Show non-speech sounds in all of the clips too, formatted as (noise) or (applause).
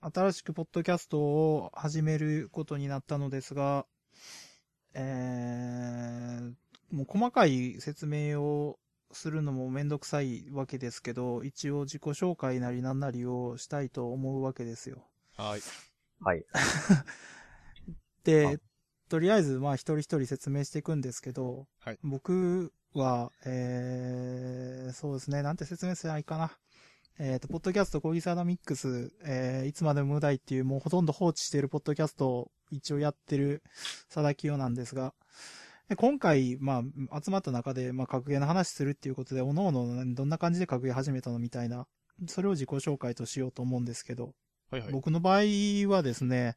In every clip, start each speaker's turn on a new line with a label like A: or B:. A: 新しくポッドキャストを始めることになったのですが、えー、もう細かい説明をするのもめんどくさいわけですけど、一応自己紹介なりなんなりをしたいと思うわけですよ。
B: はい。
C: はい。
A: で、とりあえず、まあ、一人一人説明していくんですけど、
B: はい
A: 僕は、えー、そうですね、なんて説明すればいいかな。えっ、と、ポッドキャスト、コギサダミックス、えー、いつまでも無題っていう、もうほとんど放置しているポッドキャストを一応やってる、佐々木よなんですが、で今回、まあ、集まった中で、まあ、格ゲーの話するっていうことで、おのおのどんな感じで格ゲー始めたのみたいな、それを自己紹介としようと思うんですけど、
B: はいはい。
A: 僕の場合はですね、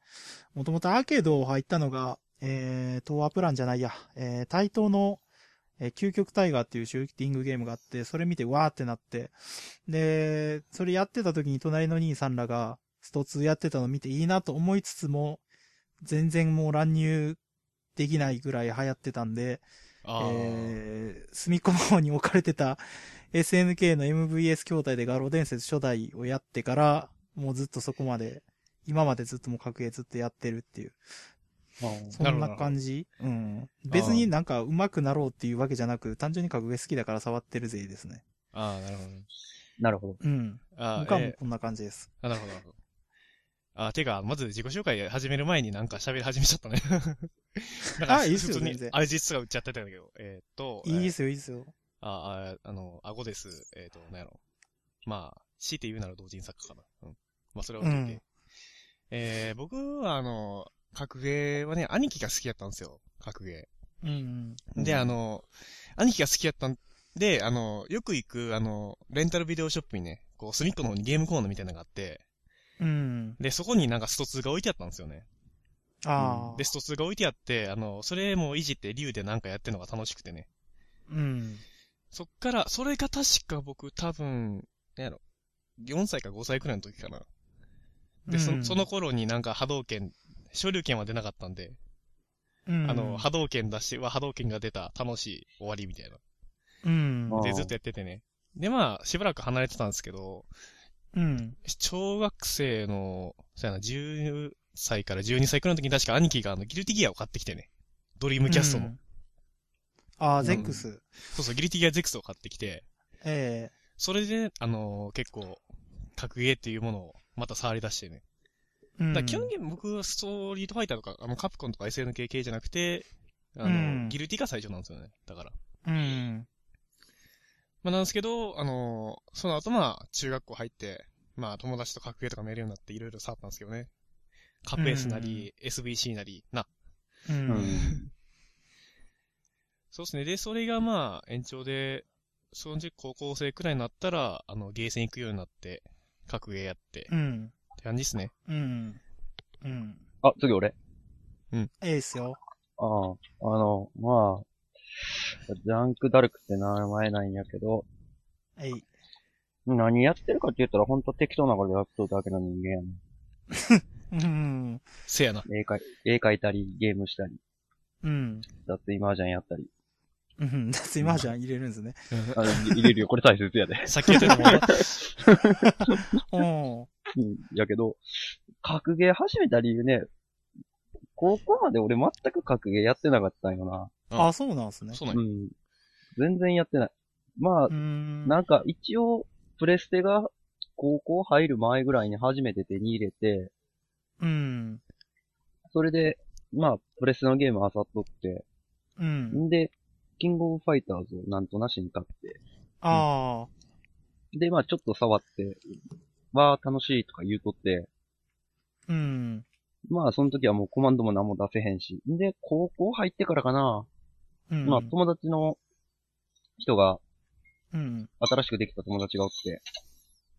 A: もともとアーケードを入ったのが、えー、東亜プランじゃないや、えー、対等の、えー究極タイガーっていうシューティングゲームがあって、それ見てわーってなって、で、それやってた時に隣の兄さんらが、スト2やってたの見ていいなと思いつつも、全然もう乱入できないぐらい流行ってたんで、
B: あー
A: えー隅っこの方に置かれてた SNK の MVS 筐体で画廊伝説初代をやってから、もうずっとそこまで、今までずっともう格ゲーずっとやってるっていう。そ
B: なる
A: ん
B: ほど
A: な感じうん。別になんか上手くなろうっていうわけじゃなく、単純に格ゲー好きだから触ってるぜですね。
B: あー、なるほどね。
C: なるほど。
A: うん。
B: あ
A: 僕
B: ー、
A: はもう
B: え
A: こんな感じです。
B: ー、あなるほど、なるほど。あー、てか、まず自己紹介始める前になんか喋り始めちゃっ
A: (laughs)
B: たね。だから
A: あいいっす
B: 普
A: よ
B: 通に
A: 全然、
B: あれ実は打っちゃってたんだけど、えーっと、
A: いい
B: え
A: で
B: ー
A: すよ、いいですよ。
B: あー、あーあの、顎です。えーっと、なんやろ。まあ、強いて言うなら同人作家かな。うん。まあ、それは置いて
A: うん
B: えー、僕は、あの、格ゲーはね、兄貴が好きやったんですよ。格ゲー。
A: うん
B: で、
C: うん
B: あの、兄貴が好きやったんで、あの、よく行く、あの、レンタルビデオショップにね、こう、隅っこの方にゲームコーナーみたいなのがあって、
A: うん。うん。
B: で、そこになんかスト2が置いてあったんですよね。
A: ああ。
B: で、スト2が置いてあって、あの、それもいじって竜でなんかやってるのが楽しくてね。
A: うん。
B: そっから、それが確か僕多分、なんやろ、4歳か5歳くらいの時かな。で、そ
A: うん
B: その、頃になんか波動拳、昇竜拳は出なかったんで、
A: うん
B: あの、波動拳出して、は波動拳が出た、楽しい、終わりみたいな。
A: うん。
C: あ
B: で、
C: ー
B: ずっとやっててね。で、まあ、しばらく離れてたんですけど、
A: うん。
B: 小学生の、そうやな、10歳から12歳くらいの時に確か兄貴があの、ギルティギアを買ってきてね。ドリームキャストの。
A: うんああ、
B: ん
A: ゼックス。
B: そうそう、ギルティギアゼクスを買ってきて、
A: え
B: それで、あのー結構、格ゲーっていうものをまた触り出してね。
A: え
B: だから基本的に僕、ストリートファイターとか、あの、カプコンとか SNK 系じゃなくて、あの、
A: うん
B: ギルティが最初なんですよね。だから。
A: うん。
B: まあなんですけど、あのーその後まあ、中学校入って、まあ友達と格ゲーとか見れるようになっていろいろ触ったんですけどね。カペースなり、SBC なり、な。
A: う。
C: うんん。
B: (laughs) そうですね。で、それがまあ、延長で、その時高校生くらいになったら、あの、ゲーセン行くようになって、格ゲーやって、っ
A: うん。
B: て感じですね。
A: うん。うん。
C: あ、次俺。
A: ええっすよ。
C: ああ、あの、まあ、ジャンクダルクって名前なんやけど、
A: えい。
C: 何やってるかって言ったらほんと適当なことやっとるだけの人間やね。
A: うん。
B: せやな。
C: 絵描い絵描いたり、ゲームしたり、
A: うん。
C: 雑イマージャンやったり。
A: うん。脱衣麻雀入れるんですね。
C: あ入れるよ、これ大切やで。 (laughs)
B: さっき言ってたもんな。
A: おう
C: うんやけど、格ゲー始めた理由ね、高校まで俺全く格ゲーやってなかったんよな。
A: あ、そうなんですね。
B: そうなん
C: う
B: や。
C: ん。全然やってない。まあ
A: う、ん。
C: なんか一応、プレステが高校入る前ぐらいに初めて手に入れて、
A: うん。
C: それで、まあ、プレステのゲームあさっとって、
A: うん。
C: んで、キングオブファイターズをなんとなしに買って、
A: ああ。
C: で、まあちょっと触って、わー楽しいとか言うとって、
A: うん。
C: まあその時はもうコマンドも何も出せへんし、んで、高校入ってからかな、
A: うん。
C: まあ、友達の人が、
A: うん。
C: 新しくできた友達がおって、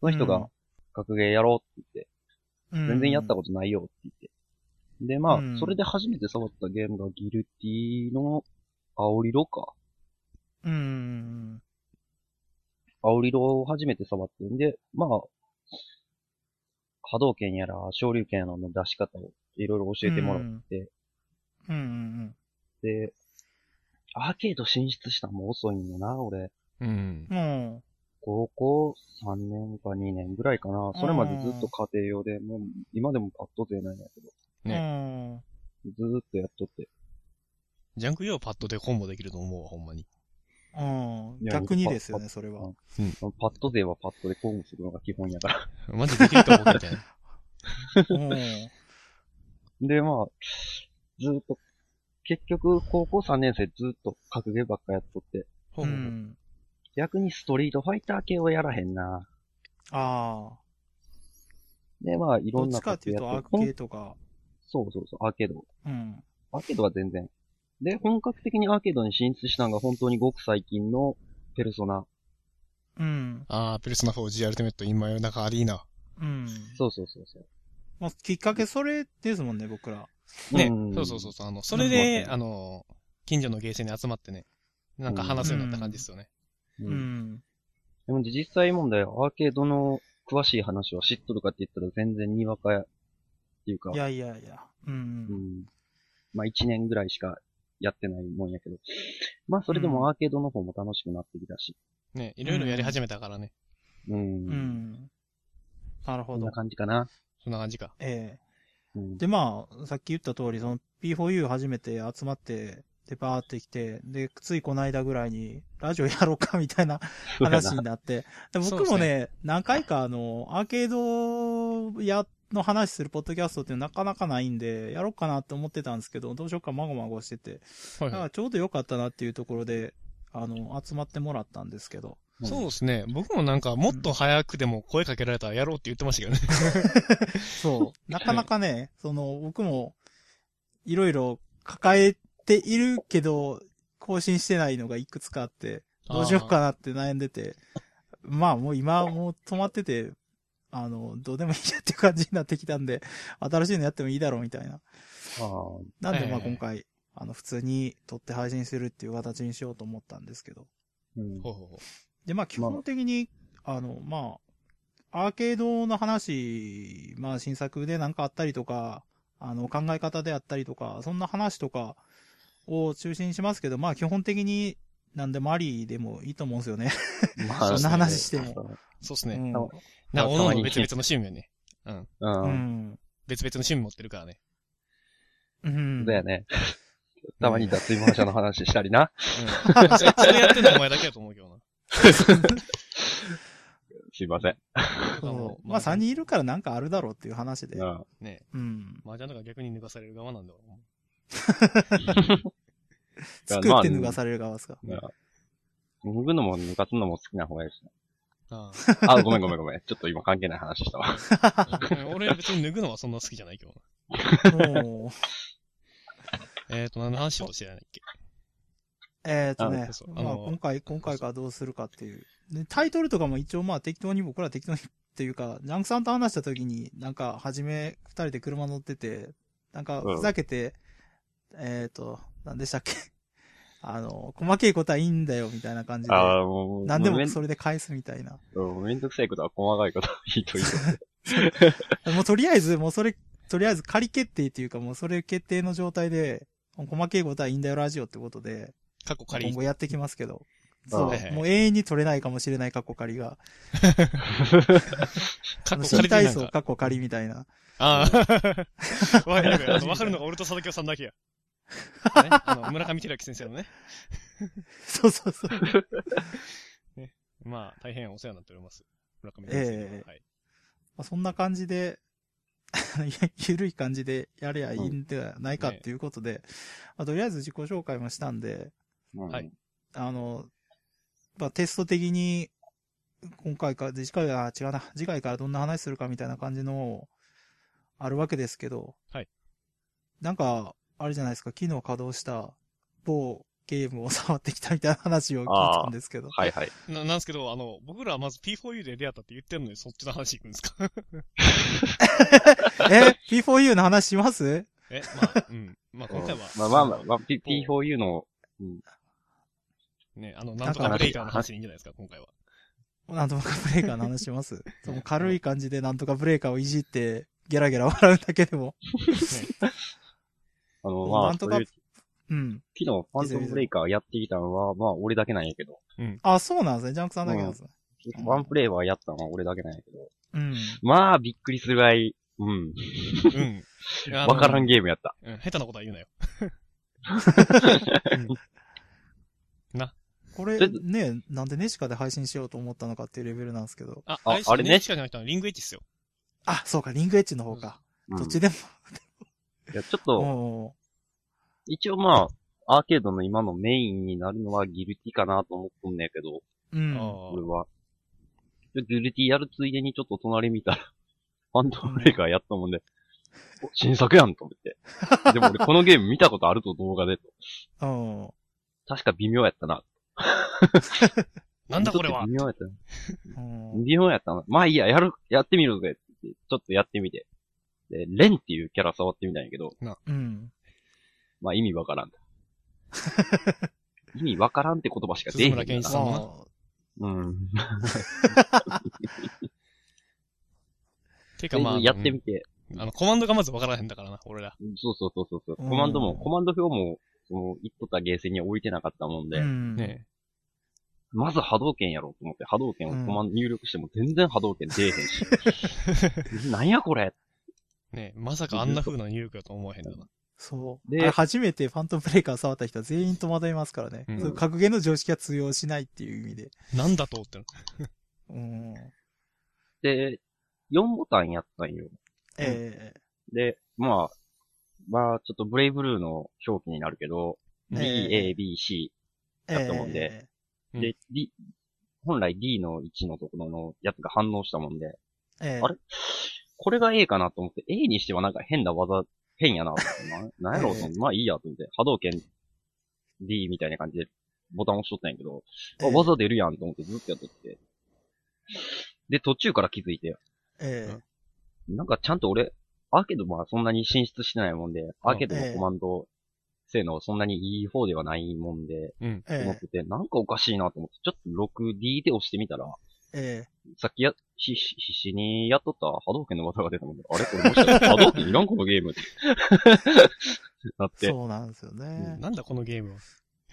C: その人
A: うん
C: が、格ゲーやろうって言って、
A: うん
C: 全然やったことないよって言って。で、まあ
A: うん、
C: それで初めて触ったゲームがギルティの、青色か。
A: うん。
C: 青色を初めて触ってんで、まあ、波動拳やら、昇竜拳やらの出し方をいろいろ教えてもらって、
A: うん。うん。
C: で、アーケード進出したのも遅いんよな、俺。
B: うん。
A: うん。
C: 高校3年か2年ぐらいかな。それまでずっと家庭用で、もう今でもパッド勢なんやけど、
A: ね。
C: ずーっとやっとって。
B: ジャンク用パッドでコンボできると思うわ、ほんまに。
A: うん。うん。
C: いや
A: 逆にですよね、それは。
C: パッド勢はパッドで公務するのが基本やから。 (laughs)
B: マジできると思ってたよ。
A: うん。
C: で、まあ、ずーっと、結局高校3年生ずーっと格ゲーばっかやっとって、
B: ほ
A: う。
B: うほうほうん
C: 逆にストリートファイター系をやらへんな。
A: ああ。
C: で、まあ、いろ
A: ど
C: ん
A: っ
C: な
A: ちかっていうと、アーケードが。
C: そうそうそう、アーケード。
A: うん。
C: アーケードは全然。で、本格的にアーケードに進出したのが本当にごく最近のペルソナ。
A: うん。
B: あー、ペルソナ 4G アルティメット、インマヨナカアリーナ。
A: うん。
C: そうそうそうそう。
A: まあ、きっかけそれですもんね、僕ら。
B: ね
C: う、ん
B: そうそうそうそう。あの、それで、あの、近所のゲーセンに集まってね、なんか話すようになった感じですよね。
A: う
C: うん
A: ん。
C: でも実際問題、アーケードの詳しい話を知っとるかって言ったら全然にわかや、っていうか
A: い、やいやいや。うん
C: う。ん。まあ一年ぐらいしかやってないもんやけど。まあそれでもアーケードの方も楽しくなってきたし。
B: ね、いろいろやり始めたからね。
C: うん。
A: うん。うんなる
C: こ
A: ほ
C: ん
A: ど
C: な。感じかな。
B: そんな感じか。
A: ええ
C: うん。
A: で、まあ、さっき言った通り、その P4U 初めて集まって、で、バーってきて、で、ついこの間ぐらいに、ラジオやろうか、みたいな話になって。で
B: そうで
A: 僕
B: す
A: も
B: ね
A: ね、何回かあの、アーケードや、の話するポッドキャストってなかなかないんで、やろうかなって思ってたんですけど、どうしようかまごまごしてて、
B: は
A: だ
B: い
A: か
B: は
A: らちょうどよかったなっていうところで、あの、集まってもらったんですけど。
B: い。そうですね。僕もなんか、もっと早くでも声かけられたらやろうって言ってましたけどね。
A: そう。 (laughs) なかなかね、その、僕も、いろいろ抱えているけど、更新してないのがいくつかあって、どうしようかなって悩んでて、まあもう今はもう止まってて、あの、どうでもいいやって感じになってきたんで、新しいのやってもいいだろうみたいな。
C: ま (laughs) あ、
A: なんでまあ
B: ええ
A: 今回、あの、普通に撮って配信するっていう形にしようと思ったんですけど。
C: うん
B: ほうほうほう。
A: で、まあ基本的に、あの、まあ、アーケードの話、まあ新作でなんかあったりとか、あの、考え方であったりとか、そんな話とかを中心にしますけど、まあ基本的に何でもありでもいいと思うんですよね。
C: まあ
A: そんな話しても。
B: そうですね。
A: うん
C: そう
B: なんか、おの
C: たまに
B: 別々の趣味よね。
C: う。
A: うんん。
B: 別々の趣味持ってるからね。
A: うん。
C: だよね。 (laughs) たまに脱衣回者の話したり (laughs) な。
B: うん。それそれやってるのお前だけだと思うけどな。
C: すいません。
A: そうまあ3人いるからなんかあるだろうっていう話で
C: う。ん。
B: ね。
A: うん。
B: 麻雀とか逆に抜かされる側なんだろう。
A: 作って脱がされる側ですか。
C: うん脱ぐのも抜かすのも好きな方がいいしね。
B: あ
C: あ、ごめんごめんご (laughs) めん。ちょっと今関係ない話したわ。
B: あ俺別に脱ぐのはそんな好きじゃないけどな。
A: もう、
B: えっと、何の話しようとしてないんだっけ
A: えっ、とね
B: あそう、そうあ
A: まあ
B: の
A: 今回、今回からどうするかっていう。でタイトルとかも一応まあ適当に僕ら適当にっていうか、ジャンクさんと話した時に、なんか、初め二人で車乗ってて、なんか、
C: うん
A: ふざけて、えっ、と、何でしたっけ (laughs) あの、細けいことはいいんだよ、みたいな感じで。
C: あーもう、
A: 何でも
C: う
A: それで返すみたいな。
C: うんめんどくさいことは細かいことはいいという。
A: もうとりあえず、もうそれ、とりあえず仮決定っていうか、もうそれ決定の状態で、細けいことはいいんだよラジオってことで、
B: 過去仮
A: 今
B: に。
A: 後やってきますけど。
C: ん
A: そ。
B: はいはいう
A: もう永遠に取れないかもしれない過去仮が。
B: 過去
A: 新
B: 仮に
A: 体
B: なん
A: 操
B: か。
A: 過去仮みたいな。
B: あ (laughs) あ。わかるわかるのが俺と佐々木さんだけや。ねあ (laughs) の村上輝明先生のね。
A: そうそうそう。
B: まあ、大変お世話になっております。村上先生に
A: え
B: は。
A: え
B: はい。
A: まあ、そんな感じで、 (laughs) ゆるい感じでやりゃいいんではないかっていうことで、まあ、とりあえず自己紹介もしたんで、
B: は。
C: (laughs) はい
A: あの、まあ、テスト的に、今回か、次回は違うな、次回からどんな話するかみたいな感じの、あるわけですけど、
B: はい。
A: なんか、あれじゃないですか、昨日稼働した某ゲームを触ってきたみたいな話を聞いたんですけど。
C: はいはい。
B: ななんですけど、あの、僕らはまず P4U で出会ったって言ってるのに、そっちの話行くんですか
A: え ?P4U の話します
B: え、まあ、うん。まあ、今回は。
C: まあまあまあまあ、P- P4U の、
B: ね、あの、なんとかブレイカーの話でいいんじゃないですか、
C: (laughs)
B: 今回は。
A: なんとかブレーカーの話しますその軽い感じでなんとかブレーカーをいじって、ゲラゲラ笑うだけでも。
C: あの、ま
A: な
C: あ、
A: んと
C: そう
A: か
C: いう、
A: うん。
C: 昨日、ファントムブレイカーやってきたのは、まあ、俺だけなんやけど。
A: あ、そうなんですね。ジャンクさんだけなんですね。
C: そ
A: うん
C: ワンプレイはやったのは俺だけなんやけど。
A: うん。
C: まあ、びっくりするぐらい、うん。
B: うん。
C: わからん
B: げ。
C: ゲームやった。
B: うん、下手なことは言うなよ。
A: これ
C: とりあえ
A: ね、なんでネシカで配信しようと思ったのかっていうレベルなんですけど。
B: あ、
C: あ
B: あれ
C: あれね
B: ね。しかじゃなくて、リングエッジっすよ。
A: あ、そうか、リングエッジの方か。
C: うん
A: どっちでも。
C: いやちょっと、
A: も
C: 一応まあ、アーケードの今のメインになるのはギルティかなと思っとんねやけど、
A: う、うん。
C: 俺は。ちょギルティやるついでにちょっと隣見たら、ファントムブレイカーやっ
B: (laughs)
C: たもんで、お新作やんと思って。でも俺このゲーム見たことあると動画でと。
A: うん。
C: 確か微妙やったな。
B: なんだこれは
C: ちょっと微妙やった
A: う
C: な。
A: ん。
C: 微妙やったな。まあいいや、やる、やってみるぜって言ってちょっとやってみて。で、レンっていうキャラ触ってみたんやけど、
A: うん。
C: まあ意味
B: (laughs)
C: わからん。意味わからんって言葉しか出えへんか
B: 鈴村健一
C: ら
B: さん。
A: まあ
C: うん。
B: てか
C: で
B: まあ、
C: やってみて、
B: うんあの、コマンドがまずわからへんだからな、俺ら。
C: そうそうそうそうそう、
A: うん
C: コマンドも、コマンド表も、その、言っとったゲーセンには置いてなかったもんで、
A: うん。
B: ね
C: まず波動拳やろうと思って、波動拳をコマンド入力しても全然波動拳出えへんし、
A: (laughs)
C: なんやこれ
B: え。ねえ、まさかあんな風な入力だと思わへんだな。
A: そう。
C: で
A: あれ初めてファントムブレイカー触った人は全員戸惑いますからね。
B: うん
A: そう格言の常識は通用しないっていう意味で。
B: なんだとっての。
A: うん。
C: で、4ボタンやったんよ。
A: え
C: で、まあ、まあ、ちょっとブレイブルーの表記になるけど、
A: え
C: D、A、B、C。
A: え
C: やったもんで。
B: うん
C: で、D、本来 D の1のところのやつが反応したもんで、
A: ええ
C: あれこれが A かなと思って、A にしてはなんか変な技、変やな。 (laughs) ななんやろうと思って、まあいいやと思って、波動拳 D みたいな感じでボタン押しとったんやけど、あ、
A: ええ
C: 技出るやんと思ってずっとやっとって。で、途中から気づいて、
A: ええ
C: なんかちゃんと俺、アーケードまあそんなに進出してないもんで、アーケードのコマンド性能そんなにいい方ではないもんで、
B: うん。
A: え
C: 思ってて、なんかおかしいなと思って、ちょっと 6D で押してみたら、
A: え
C: さっきや、し、し必死にやっとった波動拳の技が出たもんで、あれこれもしかして波動拳いらんこのゲーム (laughs) って。なっ
A: え
C: て。
A: そうなんですよね。
B: なんだこのゲームは。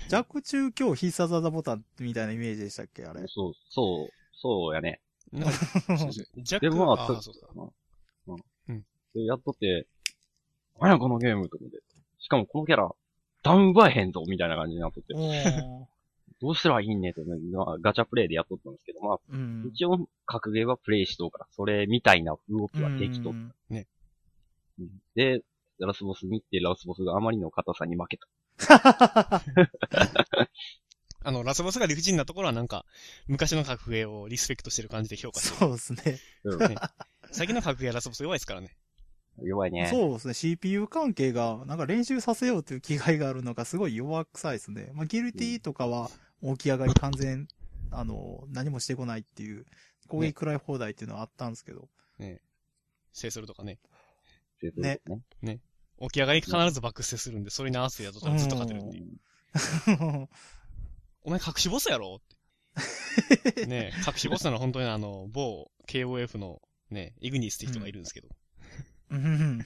A: 弱中強必殺技ボタンみたいなイメージでしたっけあれ。
C: そう、そう、そうやね。
B: なんかそうそう (laughs) ジャッ
C: で
B: ク
C: もまあ
B: あーそうだ。
C: うん。
B: うん
C: でやっとって、何やこのゲームと思って。しかもこのキャラ、ダウン奪えへんぞみたいな感じになっとって、
A: お
C: どうしたらいいんねと思って、まあ、ガチャプレイでやっとったんですけど、まあ、
A: ーうん。
C: 一応、格ゲーはプレイしとうから、それみたいな動きはできとっ
A: うん (laughs)
C: で、ラスボスに行って、ラスボスがあまりの硬さに負けた。
B: あの、ラスボスが理不尽なところはなんか、昔の格ゲーをリスペクトしてる感じで評価する。
A: そうですね。
B: 最近の格ゲーはラスボス弱いですからね。
C: 弱いね。
A: そうですね。CPU 関係が、なんか練習させようという気概があるのがすごい弱臭いですね。まあ、ギルティとかは、起き上がり完全、あの、何もしてこないっていう、攻撃食らい放題っていうのはあったんですけど。
B: 制するとかね。
C: そうですね。
B: 起き上がり必ずバックステするんで、それに合わせてやっとったらずっと勝てるっていう。お前隠しボスやろ
A: (laughs)
B: って。ねえ、隠しボスなの本当にあの、某 KOF のね、イグニスって人がいるんですけど、
A: うん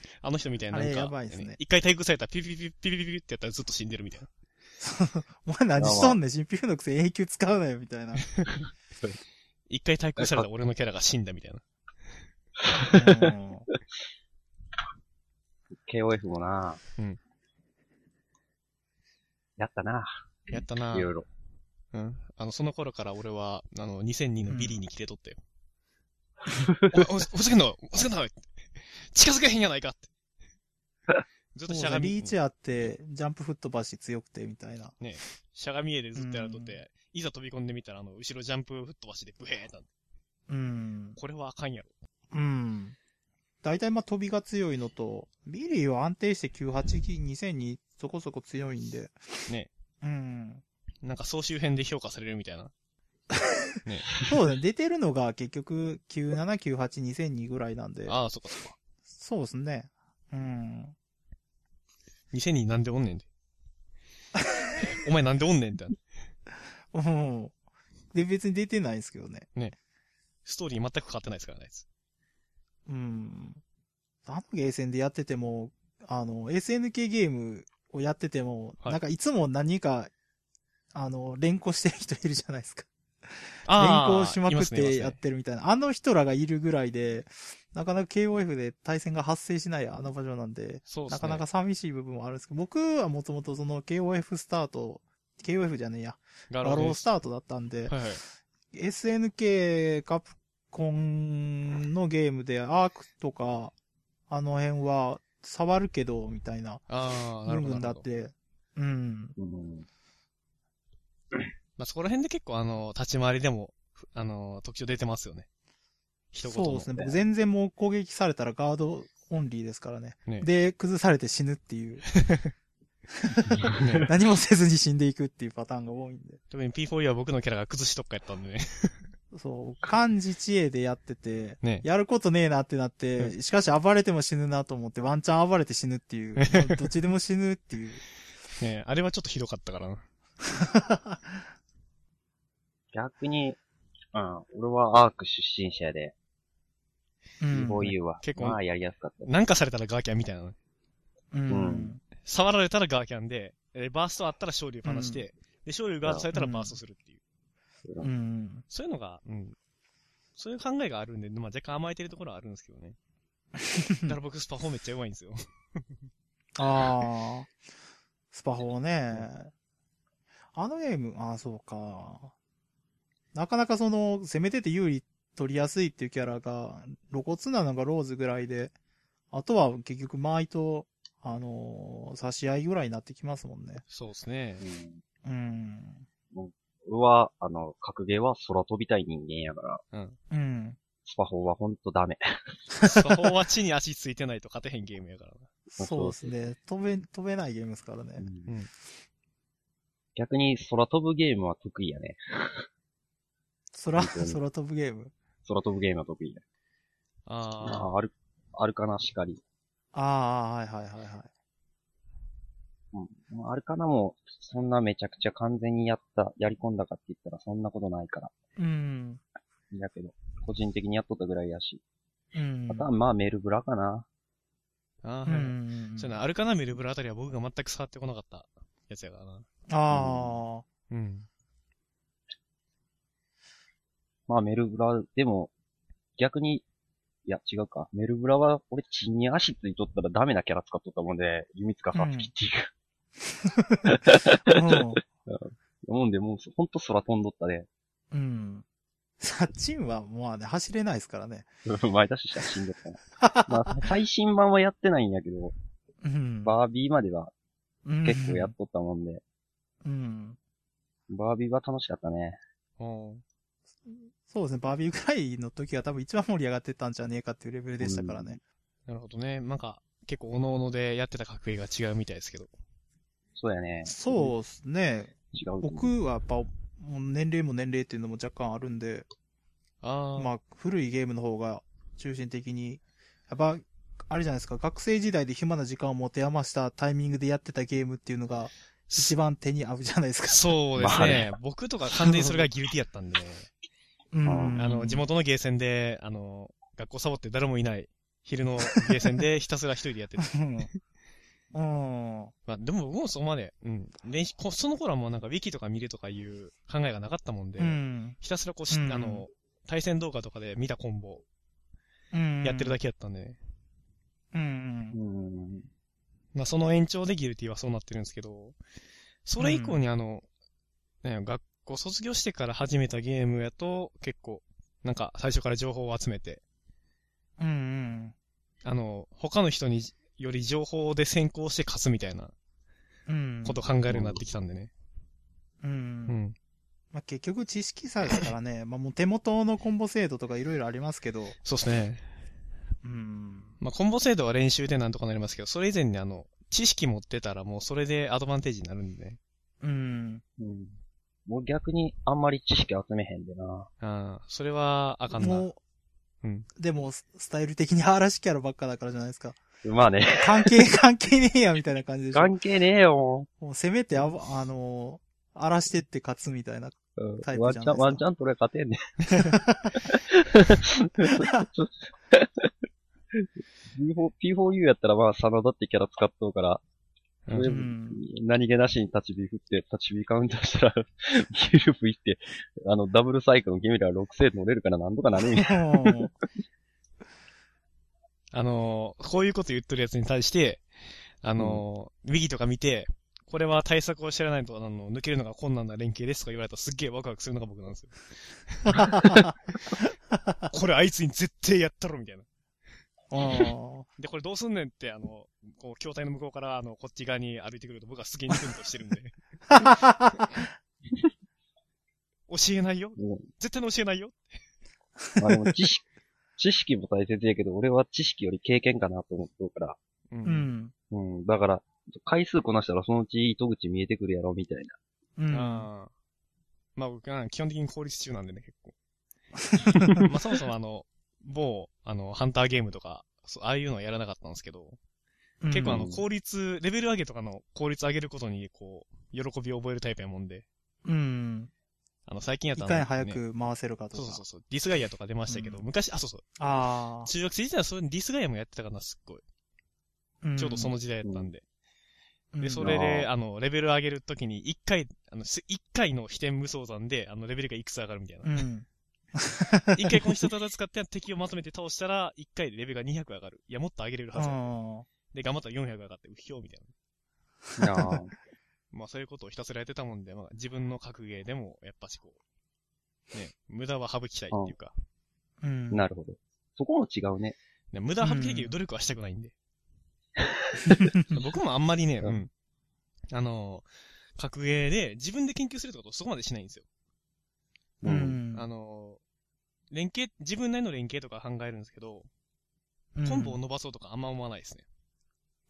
A: (laughs)
B: あの人みたいになん
A: あれ
B: か、
A: やばいっすね
B: 一回体育されたらピピピピピピピピってやったらずっと死んでるみたいな。
A: お前何しとんねん CPU のくせに永久使うなよ、み
C: (laughs)
A: たいな。
B: 一回体育されたら俺のキャラが死んだみたいな。
A: うん
C: KOF もな
B: うん
C: やったな
B: やったない
C: ろいろ。
B: うん。あの、その頃から俺は、あの、2002のビリーに切れとったよ。おおふざけんなふざけんな近づけへんやないかって。ずっとしゃがみ、
A: リーチあって、ジャンプ吹っ飛ばし強くて、みたいな。
B: しゃがみ絵でずっとやらとっ
A: う
B: て、いざ飛び込んでみたら、あの、後ろジャンプ吹っ飛ばしでブヘーってなって
A: うん。
B: これはあかんやろ。
A: うん。大体まあ飛びが強いのと、ビリーは安定して98、2002そこそこ強いんで。
B: ね。
A: うん。
B: なんか総集編で評価されるみたいな。
A: そうですね。 (laughs) 出てるのが結局97、98、2002ぐらいなんで。
B: ああ、そっかそっか。
A: そうですね。うん。
B: 2002なんでおんねんで。お前なんでおんねんって。
A: うん。で、別に出てないんですけどね。
B: ストーリー全く変わってないですからね、あいつ
A: うん。あのゲーセンでやってても、あの、SNK ゲームをやってても、
B: はい
A: なんかいつも何か、あの、連呼してる人いるじゃないですか。連
B: あ
A: 行しまくっ
B: いますね
A: て
B: い
A: や
B: ま
A: っ
B: すね
A: てるみたいな。あの人らがいるぐらいで、なかなか KOF で対戦が発生しないあの場所なんで、
B: そうです
A: なか
B: ね。
A: なか寂しい部分はあるんですけど、僕はもともとその KOF スタート、KOF じゃねえや、
B: ガ
A: ガ
B: ロ
A: ロー
B: ー
A: ス
B: ス
A: タートだったんで、
B: はいはい。
A: SNK カプコンのゲームでアークとか、あの辺は触るけど、みたいな
B: ああ、な
A: 部
B: るほど。
A: 分だ
B: な
A: っ
B: るほど
A: て、うん。
C: うん。
B: まあそこら辺で結構あの、立ち回りでも、ふあの、特徴出てますよね。一言の。
A: そうですね。
C: ね
A: 僕全然もう攻撃されたらガードオンリーですからね。
B: ね
A: で、崩されて死ぬって
B: (laughs)
A: いう。
B: ね。
A: 何もせずに死んでいくっていうパターンが多いんで。
B: 特に P4E は僕のキャラが崩しとっかやったんでね。
A: そう、漢字知恵でやってて、
B: ね
A: やることねえなってなって、しかし暴れても死ぬなと思って、ワンチャン暴れて死ぬって
B: (laughs)
A: いう、どっちでも死ぬっていう。
B: ねあれはちょっとひどかったからな。
C: 逆に、うん、俺はアーク出身者で、
A: うん
C: こういうは、
B: 結構
C: まあやりやすかった。
B: なんかされたらガーキャンみたいなの。
A: うん。
B: 触られたらガーキャンで、えーバーストあったら昇竜離して、で、昇竜ガードされたらバーストするっていう。
C: う
A: うん。
B: そういうのが、うん。そういう考えがあるんで、まあ、若干甘えてるところはあるんですけど
A: (laughs)
B: ね。だから僕スパフォーめっちゃ弱いんですよ。
A: ああ。スパホね。あのゲーム、ああ、そうか。なかなかその、攻めてて有利取りやすいっていうキャラが、露骨なのがローズぐらいで、あとは結局、間合いと、あのー差し合いぐらいになってきますもんね。
B: そうですね。
C: うん
A: うん。
C: 俺は、あの、格ゲーは空飛びたい人間やから、
A: うん。
C: スパホはほんとダメ。
B: スパフォーは地に足ついてないと勝てへんゲームやからな。
A: そうですね。飛べ、飛べないゲームですからね。
B: うん
C: 逆に空飛ぶゲームは得意やね。
A: 空、
C: 本当に
A: 空飛ぶゲーム。
C: 空飛ぶゲームは得意や。
B: ああ。
C: あある、あるかな、しかり。
A: ああ、はいはいはいはい。
C: まああるかなも、そんなめちゃくちゃ完全にやった、やり込んだかって言ったらそんなことないから。
A: うん。
C: だけど、個人的にやっとったぐらいやし。
A: うん。
C: あとはまあメルブラかな。
B: ああ、
A: う
B: はい
A: ん。
B: そうやな、アルカナメルブラあたりは僕が全く触ってこなかったやつやからな。
A: ああ、
B: うん。
C: まあメルブラ、でも、逆に、いや違うか。メルブラは、俺血に足ついとったらダメなキャラ使っとったもんで、弓塚さん好きっていう。
A: うん。
C: 思うんで、もうほんと空飛んどったね。
A: うん。サッチンは、まあね、走れないですからね。
C: 前出ししたら死んどったな。 (laughs) まあ、最新版はやってないんやけど、
A: うん。
C: バービーまでは結構やっ
A: っ
C: とったもんで、
A: うん。
C: バービーは楽しかったね。
B: おー
A: そうですね、バービーぐらいの時が多分一番盛り上がってたんじゃねえかっていうレベルでしたからね。
B: なるほどね。なんか、結構、おのおのでやってた格ゲーが違うみたいですけど。
C: そうやね。う。
A: そうですね。
C: 違うと思う。
A: 僕はやっぱ、もう年齢も年齢っていうのも若干あるんで、
B: ああ。
A: まあ、古いゲームの方が中心的に、やっぱ、あれじゃないですか、学生時代で暇な時間を持て余したタイミングでやってたゲームっていうのが、一番手に合うじゃないですか。
B: そうです
C: まあ
B: ね
C: ね。
B: 僕とか完全にそれがギルティや (laughs) ったんで、ね、
A: うん
B: あの、地元のゲーセンで、あの、学校サボって誰もいない、昼のゲーセンでひたすら一人でやって (laughs) た。
A: うん。うん。
B: まあ、でも僕もそこまで、うん。練習、こその頃はもうなんか、ウィキとか見るとかいう考えがなかったもんで、
A: うん。
B: ひたすらこうし、
A: うん
B: あの、対戦動画とかで見たコンボ、
A: うん
B: やってるだけやったんで、ね
A: うん
C: う。ん。
B: まあ、その延長でギルティはそうなってるんですけど、それ以降にあの、ね、学校卒業してから始めたゲームやと、結構、なんか最初から情報を集めて、
A: うんうん。
B: あの、他の人により情報で先行して勝つみたいな
A: うん。
B: ことを考えるようになってきたんでね。
A: う。
B: うんん。
A: まあ、結局知識さえですからね、 (laughs) まあもう手元のコンボ制度とかいろいろありますけど、
B: そうですね。
A: うん。
B: まあ、コンボ制度は練習でなんとかなりますけど、それ以前にあの、知識持ってたらもうそれでアドバンテージになるんでね。
A: うん。
C: うん。もう逆にあんまり知識集めへんでな。
B: ああ、それはあかんな。
A: も
B: う、
A: うんでも、ススタイル的に嵐キャラばっかだからじゃないですか。
C: まあね、
A: 関係、 (laughs) 関係ねえや、みたいな感じでしょ。
C: 関係ねえよ。
A: もうせめてあば、あのー荒らしてって勝つみたい
B: (laughs)
A: な。
C: うん
A: タイ
C: ワ
A: プ
C: ン
A: じ
C: チ
A: ゃないですか
C: ャン、ワンチャン取れ勝てんね。P4U やったらまあ、真田ってキャラ使っとうから、
B: うん
C: ウェブ
A: うん
C: 何気なしに立ち火振って、立ち火カウンターしたら、ギループ行って、あの、ダブルサイクルのゲミラー6セー乗れるからなんとかなるんや。
A: うん
B: あのー、こういうこと言ってるやつに対して、あのー、右とか見て、これは対策を知らないと、あの、抜けるのが困難な連携ですとか言われたらすっげえワクワクするのが僕なん
A: (laughs)
B: ですよ。これあいつに絶対やったろみたいな。
A: うん
B: で、これどうすんねんって、あの、こう、筐体の向こうから、あの、こっち側に歩いてくると僕はすげえニコニコしてるん
A: (laughs)
B: で、教えないよ
C: うん
B: 絶対に教えないよ
C: まあでも知識、 (laughs) 知識も大切やけど、俺は知識より経験かなと思ってるから。
B: う
A: う。ん。
C: うん、だから、回数こなしたらそのうち糸口見えてくるやろ、みたいな。
A: うん。
B: ああ。まあ僕は基本的に効率中なんでね、結
A: (laughs)
B: 構。まあそもそもあの、某、あの、ハンターゲームとか、そうああいうのはやらなかったんですけど、
A: うん
B: 結構あの、
C: うん
B: 効率、レベル上げとかの効率上げることに、こう、喜びを覚えるタイプやもんで、
A: うん。
B: あの、最近やっ
A: い
B: た
A: かに
B: ら
A: 早
B: ね
A: く回せるかと
B: そ
A: か。
B: うそうそう、ディスガイアとか出ましたけど、
A: うん
B: 昔、あ、そうそう、
A: あ
B: 中学生時代はそういうディスガイアもやってたかな、すっごい。
A: あ。ん
B: ちょうどその時代やったんで。
A: うん
B: で、それで、あの、レベル上げるときに、一回、あの、す一回の飛天無双山で、あの、レベルがいくつ上がるみたいな
A: う。ん。
B: 一回この人た使って敵をまとめて倒したら、一回でレベルが200上がる。いや、もっと上げれるはずや。
A: あ
B: で、頑張ったら400上がって、うひょーみたい
C: ああ。
B: な。まあそういうことをひたすらやってたもんで、まあ自分の格ゲーでも、やっぱしこう、ね、無駄は省きたいっていうか、
A: ーうん。
C: (laughs) なるほど。そこも違うね。
B: ね無駄省きたいけど努力はしたくない
A: (laughs)
B: んで。僕もあんまりね、
C: う
B: うん。あのー、格ゲーで自分で研究するってことをそこまでしないんですよ。
A: う。ん。
B: あのー、連携、自分なりの連携とか考えるんですけど、
A: うん
B: コンボを伸ばそうとかあんま思わないですね。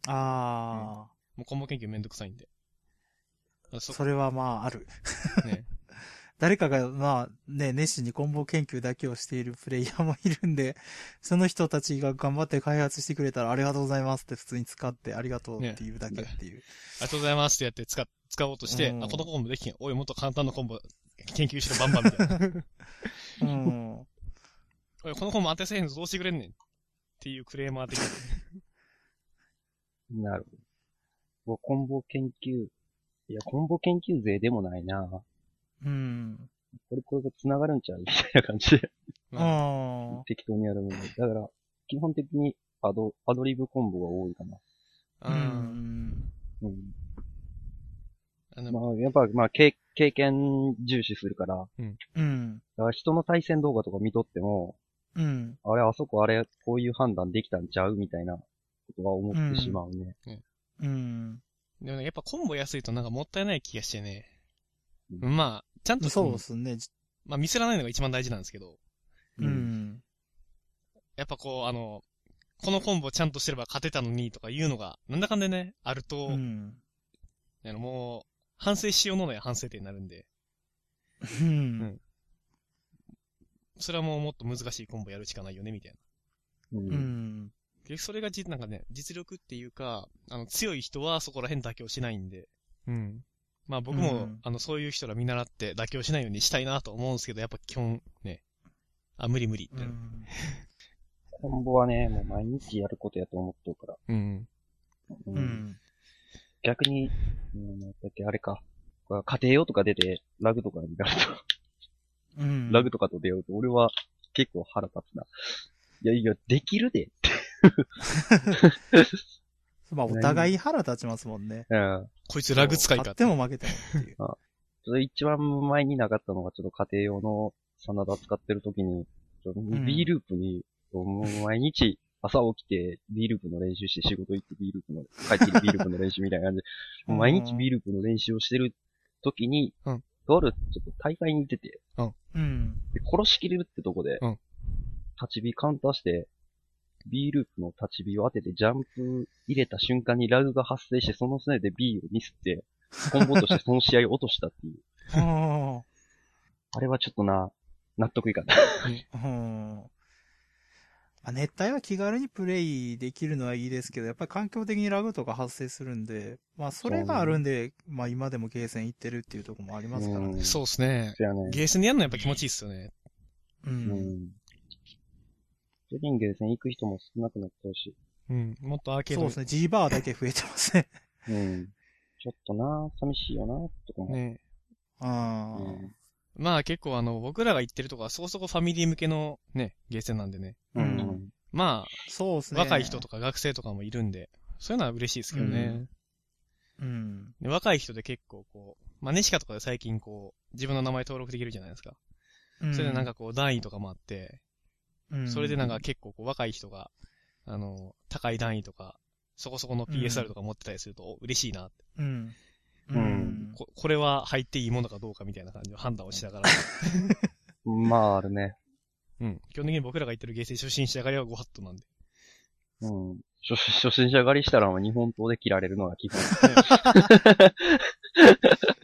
A: あ
B: もうコンボ研究めんどくさいんで。
A: あ。(laughs)
B: そ
A: それはまあ、ある。
B: ね。
A: 誰かが、まあ、ね、熱心にコンボ研究だけをしているプレイヤーもいるんで、 (laughs) その人たちが頑張って開発してくれたらありがとうございますって普通に使ってありがとうっていうだけっていう。
B: ありがとうございますってやって使っ、使おうとして、
A: うん
B: あ、このコンボできへん。おい、もっと簡単なコンボ研究しろ、バンバンみたい
A: (laughs)
B: な。
A: うん。
B: おい、このコンボ当てせへんぞ、どうしてくれんねん。っていうクレーマー的な。
C: なるほど。もうコンボ研究、いや、コンボ研究税でもないな。
A: うん。
C: これ、これが繋がるんちゃうみたいな感じで、
A: う
B: まあ
A: ん。
C: 適当にやるもんで。だから、基本的にアド、アドリブコンボが多いかな。
A: う
B: うん
A: ん。
C: うん。
B: あの、
C: まあ、やっぱ、まあ、経経験重視するから、だ
A: うん。
C: から人の対戦動画とか見とっても、
A: うん。
C: あれ、あそこ、あれ、こういう判断できたんちゃうみたいなことは思ってしまうね。
A: うん。
B: でもね、やっぱコンボ安いとなんかもったいない気がしてね。
C: う
B: まあ、ちゃんと、
A: そうですね。
B: まあ、ミスらないのが一番大事なんですけど、
A: う。ん。
B: やっぱこう、あの、このコンボちゃんとしてれば勝てたのにとかいうのが、なんだかんだね、あると、
A: うん。
B: あのもう、反省しようのない反省点になるんで、
A: うん。
B: それはもうもっと難しいコンボやるしかないよね、みたいな。
C: うん。
A: う
C: うん
A: ん。
B: で、それがじ、なんかね、実力っていうか、あの、強い人はそこら辺妥協しないんで。うん。まあ僕も、
A: うん
B: あの、そういう人ら見習って妥協しないようにしたいなと思うんですけど、やっぱ基本、ね。あ、無理無理って。うん。
C: コンボはね、もう毎日やることやと思っとうから。う
A: うん。うん。
C: 逆に、うん、なんだっけ、あれか。これ家庭用とか出て、ラグとかになると、
A: うん。
C: ラグとかと出会うと、俺は結構腹立つな。いやいや、できるで。
A: まあ、お互い腹立ちますもんね。
C: うん。
B: こいつラグ使い
A: 勝
B: か
A: っ。ても負けてもって
B: (laughs)
A: いう。
C: それ一番前になかったのが、ちょっと家庭用のサナダ使ってる時に、ちょ B ループに、もう毎日朝起きて B ループの練習して仕事行って B ループの、帰ってきて B ループの練習みたいな感じで、
A: (laughs) うん
C: 毎日 B ループの練習をしてる時に、
B: うん
C: とあるちょっと大会に出て、
A: うん。
C: で、殺しきれるってとこで、
B: うん
C: 立ち火カウンターして、B ループの立ち火を当ててジャンプ入れた瞬間にラグが発生して、そのせいで B をミスって、コンボとしてその試合を落としたっていう。
A: うん
C: あれはちょっとな、納得いかない。
A: うんまあ、熱帯は気軽にプレイできるのはいいですけど、やっぱり環境的にラグとか発生するんで、まあそれがあるんで、まあ今でもゲーセン行ってるっていうところもありますからね。
B: そうっすね。
C: うやね。
B: ゲーセンでやるのやっぱ気持ちいいっすよね。
A: う。
C: うんん。最近ゲーセン行く人も少なくなったし。
B: うん。もっとアーケー
A: そう
B: ド
A: ですね、G (laughs) バーだけ増えてますね。
C: うん。ちょっとな、寂しいよな、とかも。
B: ね
A: あ
C: う
A: ー
C: ん
B: まあ結構あの、僕らが言ってるとこはそこそこファミリー向けのね、ゲーセンなんでね。
A: う
C: うんん。
B: ま
A: そうです
B: あ、
A: ね。
B: 若い人とか学生とかもいるんで、そういうのは嬉しいですけどね。
A: うん。
B: で若い人で結構こう、まあネシカとかで最近こう、自分の名前登録できるじゃないですか。
A: うん。
B: それでなんかこう、段位とかもあって、
A: うん、
B: それでなんか結構こう、若い人が、あの、高い段位とか、そこそこの PSR とか持ってたりすると、お嬉しいなって
A: うん。う
C: うんん。
B: こ。これは入っていいものかどうかみたいな感じの判断を
A: (laughs)
B: しながら。
C: まあ、あるね。
B: うん。基本的に僕らが言ってるゲーセン初心者がりはご法度な
A: (laughs)
B: んで。
C: うん。初初心者狩りしたらもう日本刀で切られるのが基本。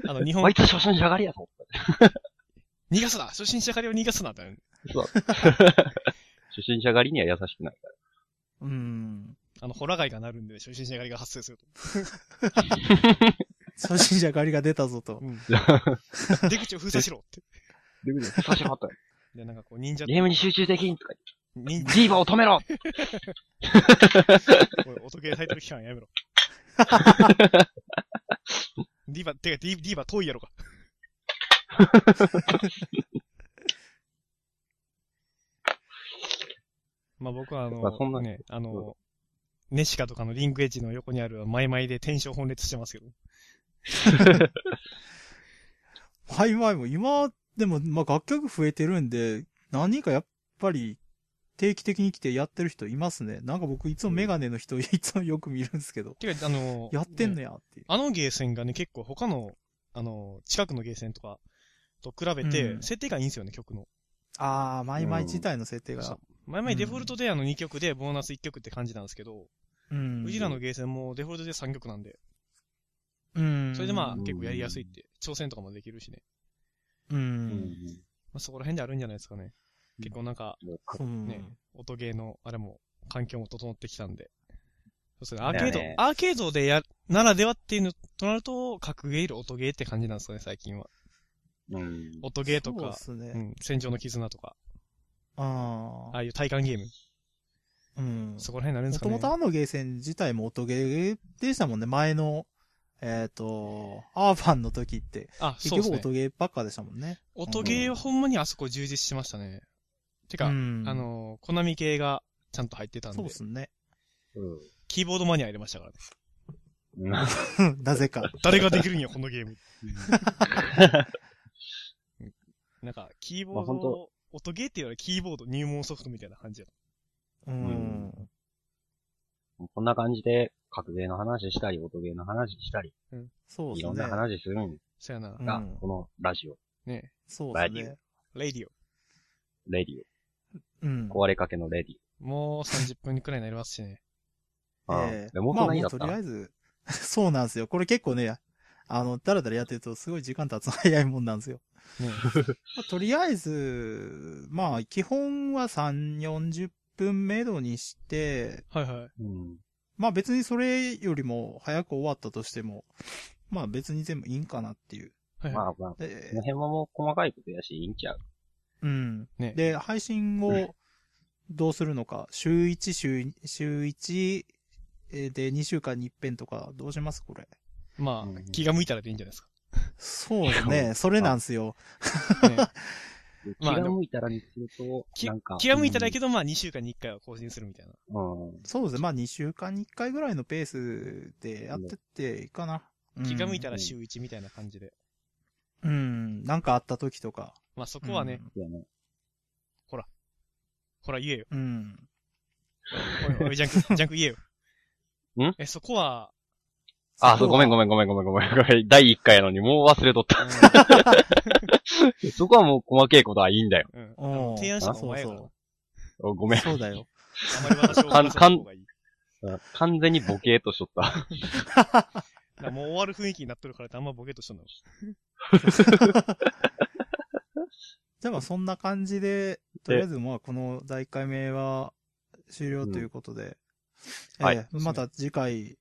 B: あの、日
C: あ
B: 本
C: い、つ初心者狩りやぞ
B: 逃がすな初心者狩りを逃がすなって。
C: そう。
A: (laughs)
C: 初心者狩りには優しくないか
A: うん。
B: あの、ホラガイがなるんで、初心者狩りが発生する
A: 初心者狩りが出たぞ
B: と。
A: と。
B: 出口を封鎖しろって。
C: ら。どういうことしった。
B: で、なんかこう、忍者、
C: ゲームに集中できんとか
B: 忍
C: 言って。ディーバを止めろ
B: おい、音ゲータイトル期間やめろ。ディーバ、てか、ディディーバ遠いやろか。まあ僕はあ
C: まあそん
B: の、
C: な
B: ね、あ
C: そう
B: の、ネシカとかのリングエッジの横にあるマイマイでテンション本裂してますけど。
A: はいはいも今、でも、まあ、楽曲増えてるんで、何人かやっぱり、定期的に来てやってる人いますね。なんか僕いつもメガネの人、い (laughs) つもよく見るんですけど。
B: てか、あの、
A: やってんの
B: ね
A: やっていう。
B: あのゲーセンがね、結構他の、あの、近くのゲーセンとかと比べて、
A: うん
B: 設定がいいんですよね、曲の。
A: ああ、マイマイ自体の設定
B: そう
A: が。
B: 前々デフォルトであの2曲でボーナス1曲って感じなんですけど、
A: うん
B: うちらのゲーセンもデフォルトで3曲なんで、
A: うん。
B: それでまあ
C: うん
B: 結構やりやすいって、挑戦とかもできるしね。
A: う。。
C: うん
B: まあそこら辺であるんじゃないですかね。結構なんか、
A: うん。
B: ね、音ゲーのあれも、環境も整ってきたんで。そうですね、アーケード、
C: だよね
B: アーケードでや、ならではっていうのとなると、格ゲーより音ゲーって感じなんですかね、最近は。
C: うん。
B: 音ゲーとか、
A: そうですね。
B: うん、戦場の絆とか、
A: あ
B: あ
A: あ。
B: あいう体感ゲーム。
A: うん。
B: そこら辺になるんで
A: も
B: すか
A: と
B: ね。
A: もとあのゲーセン自体も音ゲーでしたもんね。前の、えっ、と、アーファンの時って。
B: あ、
A: 結
B: そうです
A: 局
B: ね
A: 音。ゲーばっかでしたもんね。
B: 音ゲーはほんまにあそこ充実しましたね。てか、
A: うん
B: あの、コナミ系がちゃんと入ってたん
A: そう
B: で
A: で、す
C: (laughs)
A: ね。
B: キーボードマニア入れましたからね。
C: うん。 (laughs)
A: なぜか。
B: 誰ができるんや、このゲーム。 (laughs) なんか、キーボー
C: まあほん
B: ド
C: と、
B: 音ゲーっていうよりキーボード入門ソフトみたいな感じやっ
A: うん。
C: こんな感じで、格ゲーの話したり、音ゲーの話したり、
A: そう
C: い
A: です
C: ろんな
A: ね。
C: 話するん
B: た。そやな。
A: うん
C: が、このラジオ、
B: ね。
A: そう
C: バ
A: です
C: ーディ
A: ね。
B: レディ
C: レディ
A: うん
C: オ、。壊れかけのレディ
B: オ。もう30分くらいになりますしね。
C: オ。あ
A: ええ
C: でも
A: ま
C: そ
A: あ
C: んなに
A: も
C: だ
A: う
C: っ
A: と
C: た
A: りあえず、 (laughs) そうなんですよ。これ結構ね、あの、だらだらやってるとすごい時間経つの早いもんなんですよ。
B: ね
A: まあとりあえず、まあ、基本は3、40分目処にして、
B: はいはい。
C: うん。
A: まあ別にそれよりも早く終わったとしても、まあ別に全部いいんかなっていう。
B: はい
C: ま
B: は
C: あまあ、こ
A: で
C: の辺はもう細かいことやし、いいんちゃう。
A: うん。
B: ね
A: で、配信をどうするのか、週1、週2、週1えーで2週間に一遍とか、どうしますこれ。
B: い。ま
C: う
B: あ、
C: ん
B: 気が向いたらでいいんじゃないですか。
A: そうですね。 (laughs) それなんですよ。
B: ね
C: 気
B: まあ
C: が向いたらにすると、
B: き
C: なんか。
B: 気が向いたらや
C: け
B: けど、まあ2週間に1回は更新するみたいな。
C: うん。うん
A: そうですね。まあ2週間に1回ぐらいのペースでやってっていいかな。
B: 気が向いた
A: ら。
B: ら週1みたいな感じで。
A: うん。なんかあった時とか。
B: まあそこはね、
C: そうやね。
B: ほら言えよ。
A: うん。
B: おいおい、ジャンク、ジャ (laughs) ンク言えよ。
C: ん
B: え、そこは、
C: あ、そう、ごめん
A: ご
C: ごめんごめんごめんごめんごめん。第1回やのにもう忘れとった。
B: (laughs)
A: (laughs)
C: そこはもう細けいことはいいんだよ。
B: うん。あ
A: おー
B: の提案したのお
A: そう
B: 前や
A: そ
B: から。
A: う
B: あ。
C: おごめん。
A: そうだよ。
B: まり私を話した方がいい。
C: うん完全にボケーっとしとった。
B: だからもう終わる雰囲気になっとるからってあんまボケっとしとんの。
A: じゃあまあそんな感じで、とりあえずまあこの第1回目は終了ということで、
C: うんはい
A: えーまた次回、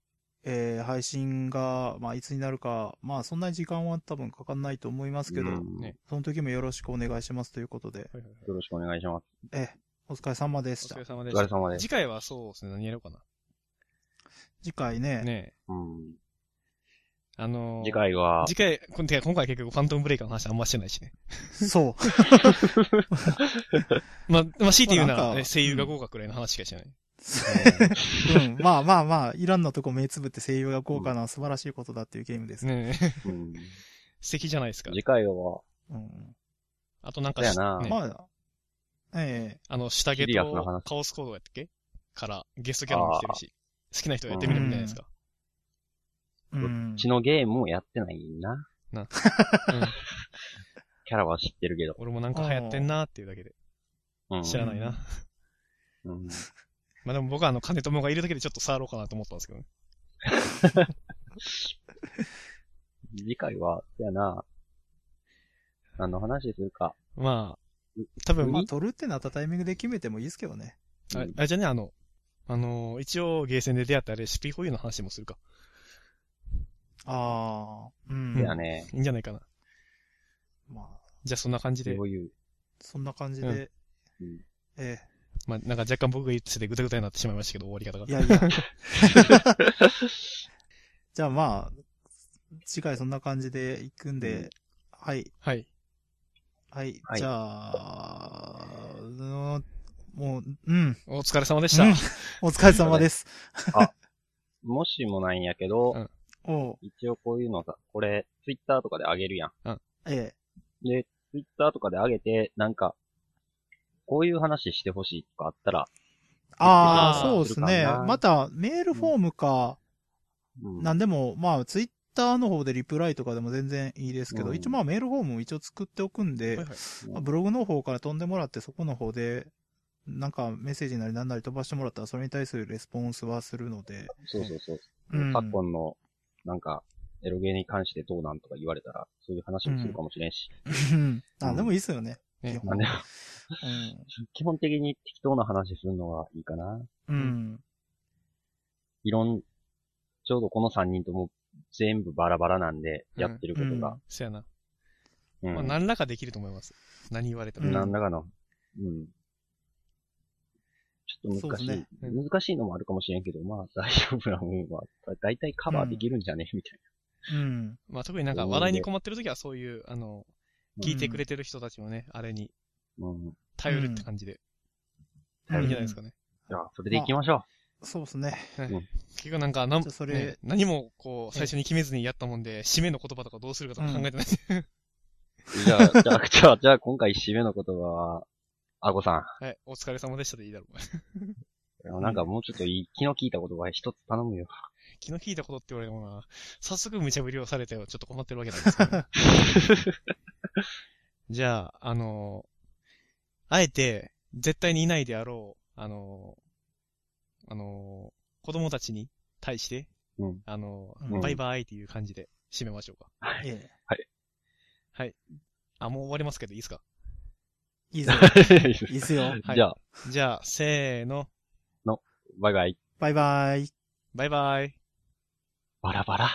A: えー配信が、まあいつになるか、まあそんなに時間は多分かかんないと思いますけど、
C: うん
B: ね
A: その時もよろしくお願いしますということで、
B: はいはいはい
C: よろしくお願いします。
A: えーお疲れ様で
B: お
A: し
B: 疲
A: た
B: れ。様
C: お
B: で
C: 疲れ
B: した。
C: 様です。
B: 次回はそうですね、何やろうか
A: 次回ね、
B: な。ね
C: うん。
B: あのー
C: 次回は、
B: 次回、こんてか今回結局ファントムブレイカーの話あんましてないしね。
A: そう。
B: まあ、まあ、強いて言うな
A: まあ
B: ら、
A: なんか
B: ね声優が豪華くらいの話しかしてない。(laughs)
C: (laughs)
A: うん、まあまあまあ、いらんのとこ目つぶって声優が豪華な素晴らしいことだっていうゲームですね。
B: ねえ
C: うん
B: (laughs) 素敵じゃないですか。
C: 次回は、
A: うん、
B: あとなんか
C: だよ
B: し
C: な
B: ね
A: まあ、え
B: あの、下着
C: シリアスな
B: と
C: 話
B: カオスコードやったっけから、ゲストキャラも来てるし、好きな人はやってみるみたいですか。
A: えうん
C: うちのゲームもやってないな。
B: うん
C: キャラは知ってるけど。
B: 俺もなんか流行ってんなーっていうだけで。
C: うん
B: 知らないな。
C: うん
B: まあでも僕はあの、金友がいるだけでちょっと触ろうかなと思ったんですけどね。
C: 次回は、せやな、何の話するか。
B: まあ、多分、
A: ま
B: あ
A: あ、取るってなったタイミングで決めてもいいですけどね。
B: あれじゃね、あの、あのー、一応、ゲーセンで出会ったレシピ保有の話もするか。
A: ああ、う
C: せ
A: ん。
C: やね、
B: いいんじゃないかな。
A: まあ、
B: じゃあそんな感じで
C: こ、ういう、
A: そんな感じで、
C: うんうん
A: え
B: まあなんか若干僕が言っててぐたぐたになってしまいましたけど、終わり方
A: え、い
B: が。
A: やいや。 (laughs) じゃあまあ、次回そんな感じで行くんで、
C: うん
A: はい、
B: はい。
A: はい、
C: はい
A: じゃあ、うーんもう、うん、
B: お疲れ様でした。
A: うん (laughs) お疲れ様です。
C: もしもなんやけど、
B: うん
A: おう
C: 一応こういうのさ、これ、ツイッターとかであげるやん。
A: え
C: で、ツイッターとかで上げて、なんか、こういう話してほしいとかあったら、
A: え、ああ、
B: あー
A: そうですね。また、メールフォームか、
C: うん
A: なんでも、まあ、ツイッターの方でリプライとかでも全然いいですけど、
C: うん
A: 一応まあ、メールフォームを一応作っておくんで、
B: はいはい
A: まあブログの方から飛んでもらって、そこの方で、なんかメッセージなりなんなり飛ばしてもらったら、それに対するレスポンスはするので、
C: そうそうそう。
A: うん
C: 昨今の、なんか、エロゲーに関してどうなんとか言われたら、そういう話もするかもしれんし。
A: あ、でもいいっすよね。
B: ね
A: 基
C: まあ
A: 本
C: ね、 (laughs) 基本的に適当な話するのがいいかな。
A: うん。うん。
C: いろん、ちょうどこの3人とも全部バラバラなんで、
B: うん
C: やってることが。
B: そやな。
C: うん。
B: まあ何らかできると思います。何言われて
A: うん
B: も。
C: 何らかの、うん。ちょっと難しい、
A: そうです
B: ね
C: 難しいのもあるかもしれんけど、まあ (laughs) 大丈夫なもんは、だいたいカバーできるんじゃね、みたい
A: うん。
B: まあ特になんか話題に困ってる時はそういう、あの、聞いてくれてる人たちもね、あれに
C: な。うん。
B: 頼るって感じで、
A: うん
B: いいんじゃないですかね。
C: じゃあ、それで行きましょ
A: そうですね。
B: 結局なんかなん、
A: じゃあそれ
B: ね何もこう、最初に決めずにやったもんで、締めの言葉とかどうするかとか考えてない。
C: う。じゃあ、 (laughs) じゃあ、じゃあ、じゃあ今回締めの言葉は、アゴさ
B: はい。お疲れ様でしたでいいだろう。 (laughs)
C: ん。なんかもうちょっといい気の利いた言葉一つ頼むよ。
B: 昨日聞いたことって言われてもな、早速無茶ぶりをされてちょっと困ってるわけなんですけど、じゃあ、あのあえて、絶対にいないであろう、あのあの子供たちに対して、
C: うん
B: あの
A: うん
B: バイバイっていう感じで締めましょうか。
A: ええ。
B: あ、もう終わりますけどいいですか
A: いいっ
B: (laughs)
A: すよ。いいっすよ。
B: はい
C: じゃあ、
B: じゃあ、せーの、
C: バイバイ。
A: バイバイ。
B: バイバイ。
C: バラバラ。